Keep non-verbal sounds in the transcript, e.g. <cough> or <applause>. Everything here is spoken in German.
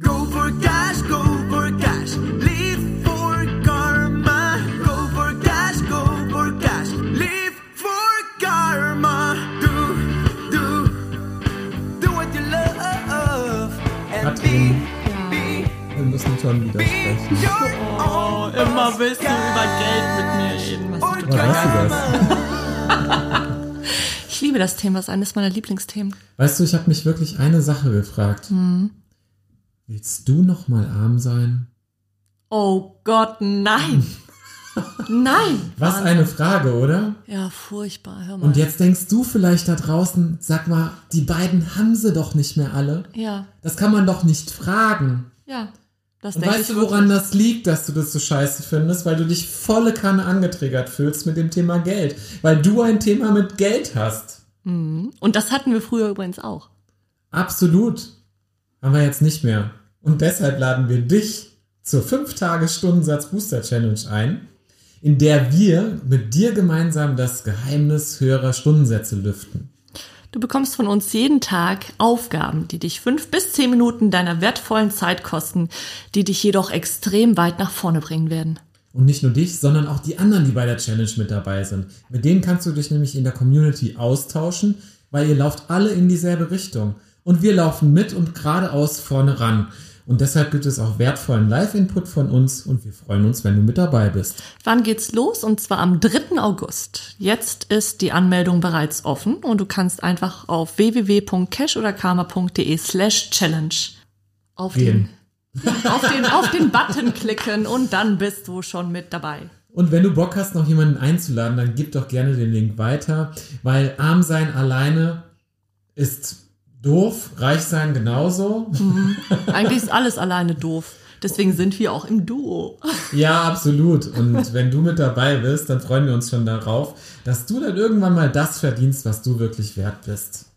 Go for cash, go for cash, live for karma. Go for cash, go for cash, live for karma. Do, do, do what you love and be, be, Wir müssen schon wieder be sprechen. your Oh, own. immer willst du über Geld mit mir reden. Was- Or Woher weißt du das? Ich liebe das Thema, das ist eines meiner Lieblingsthemen. Weißt du, ich habe mich wirklich eine Sache gefragt. Hm. Willst du noch mal arm sein? Oh Gott, nein. <laughs> nein. Was Wahnsinn. eine Frage, oder? Ja, furchtbar. Hör mal. Und jetzt denkst du vielleicht da draußen, sag mal, die beiden haben sie doch nicht mehr alle. Ja, Das kann man doch nicht fragen. ja. Das Und denke weißt ich du, woran wirklich. das liegt, dass du das so scheiße findest? Weil du dich volle Kanne angetriggert fühlst mit dem Thema Geld. Weil du ein Thema mit Geld hast. Und das hatten wir früher übrigens auch. Absolut. Haben wir jetzt nicht mehr. Und deshalb laden wir dich zur 5-Tages-Stundensatz-Booster-Challenge ein, in der wir mit dir gemeinsam das Geheimnis höherer Stundensätze lüften. Du bekommst von uns jeden Tag Aufgaben, die dich fünf bis zehn Minuten deiner wertvollen Zeit kosten, die dich jedoch extrem weit nach vorne bringen werden. Und nicht nur dich, sondern auch die anderen, die bei der Challenge mit dabei sind. Mit denen kannst du dich nämlich in der Community austauschen, weil ihr lauft alle in dieselbe Richtung. Und wir laufen mit und geradeaus vorne ran. Und deshalb gibt es auch wertvollen Live-Input von uns und wir freuen uns, wenn du mit dabei bist. Wann geht's los? Und zwar am 3. August. Jetzt ist die Anmeldung bereits offen und du kannst einfach auf www.cashoderkarma.de slash challenge auf den, Gehen. auf, den, auf den Button klicken und dann bist du schon mit dabei. Und wenn du Bock hast, noch jemanden einzuladen, dann gib doch gerne den Link weiter, weil arm sein alleine ist doof, reich sein genauso. Eigentlich ist alles alleine doof. Deswegen sind wir auch im Duo. Ja, absolut. Und wenn du mit dabei bist, dann freuen wir uns schon darauf, dass du dann irgendwann mal das verdienst, was du wirklich wert bist.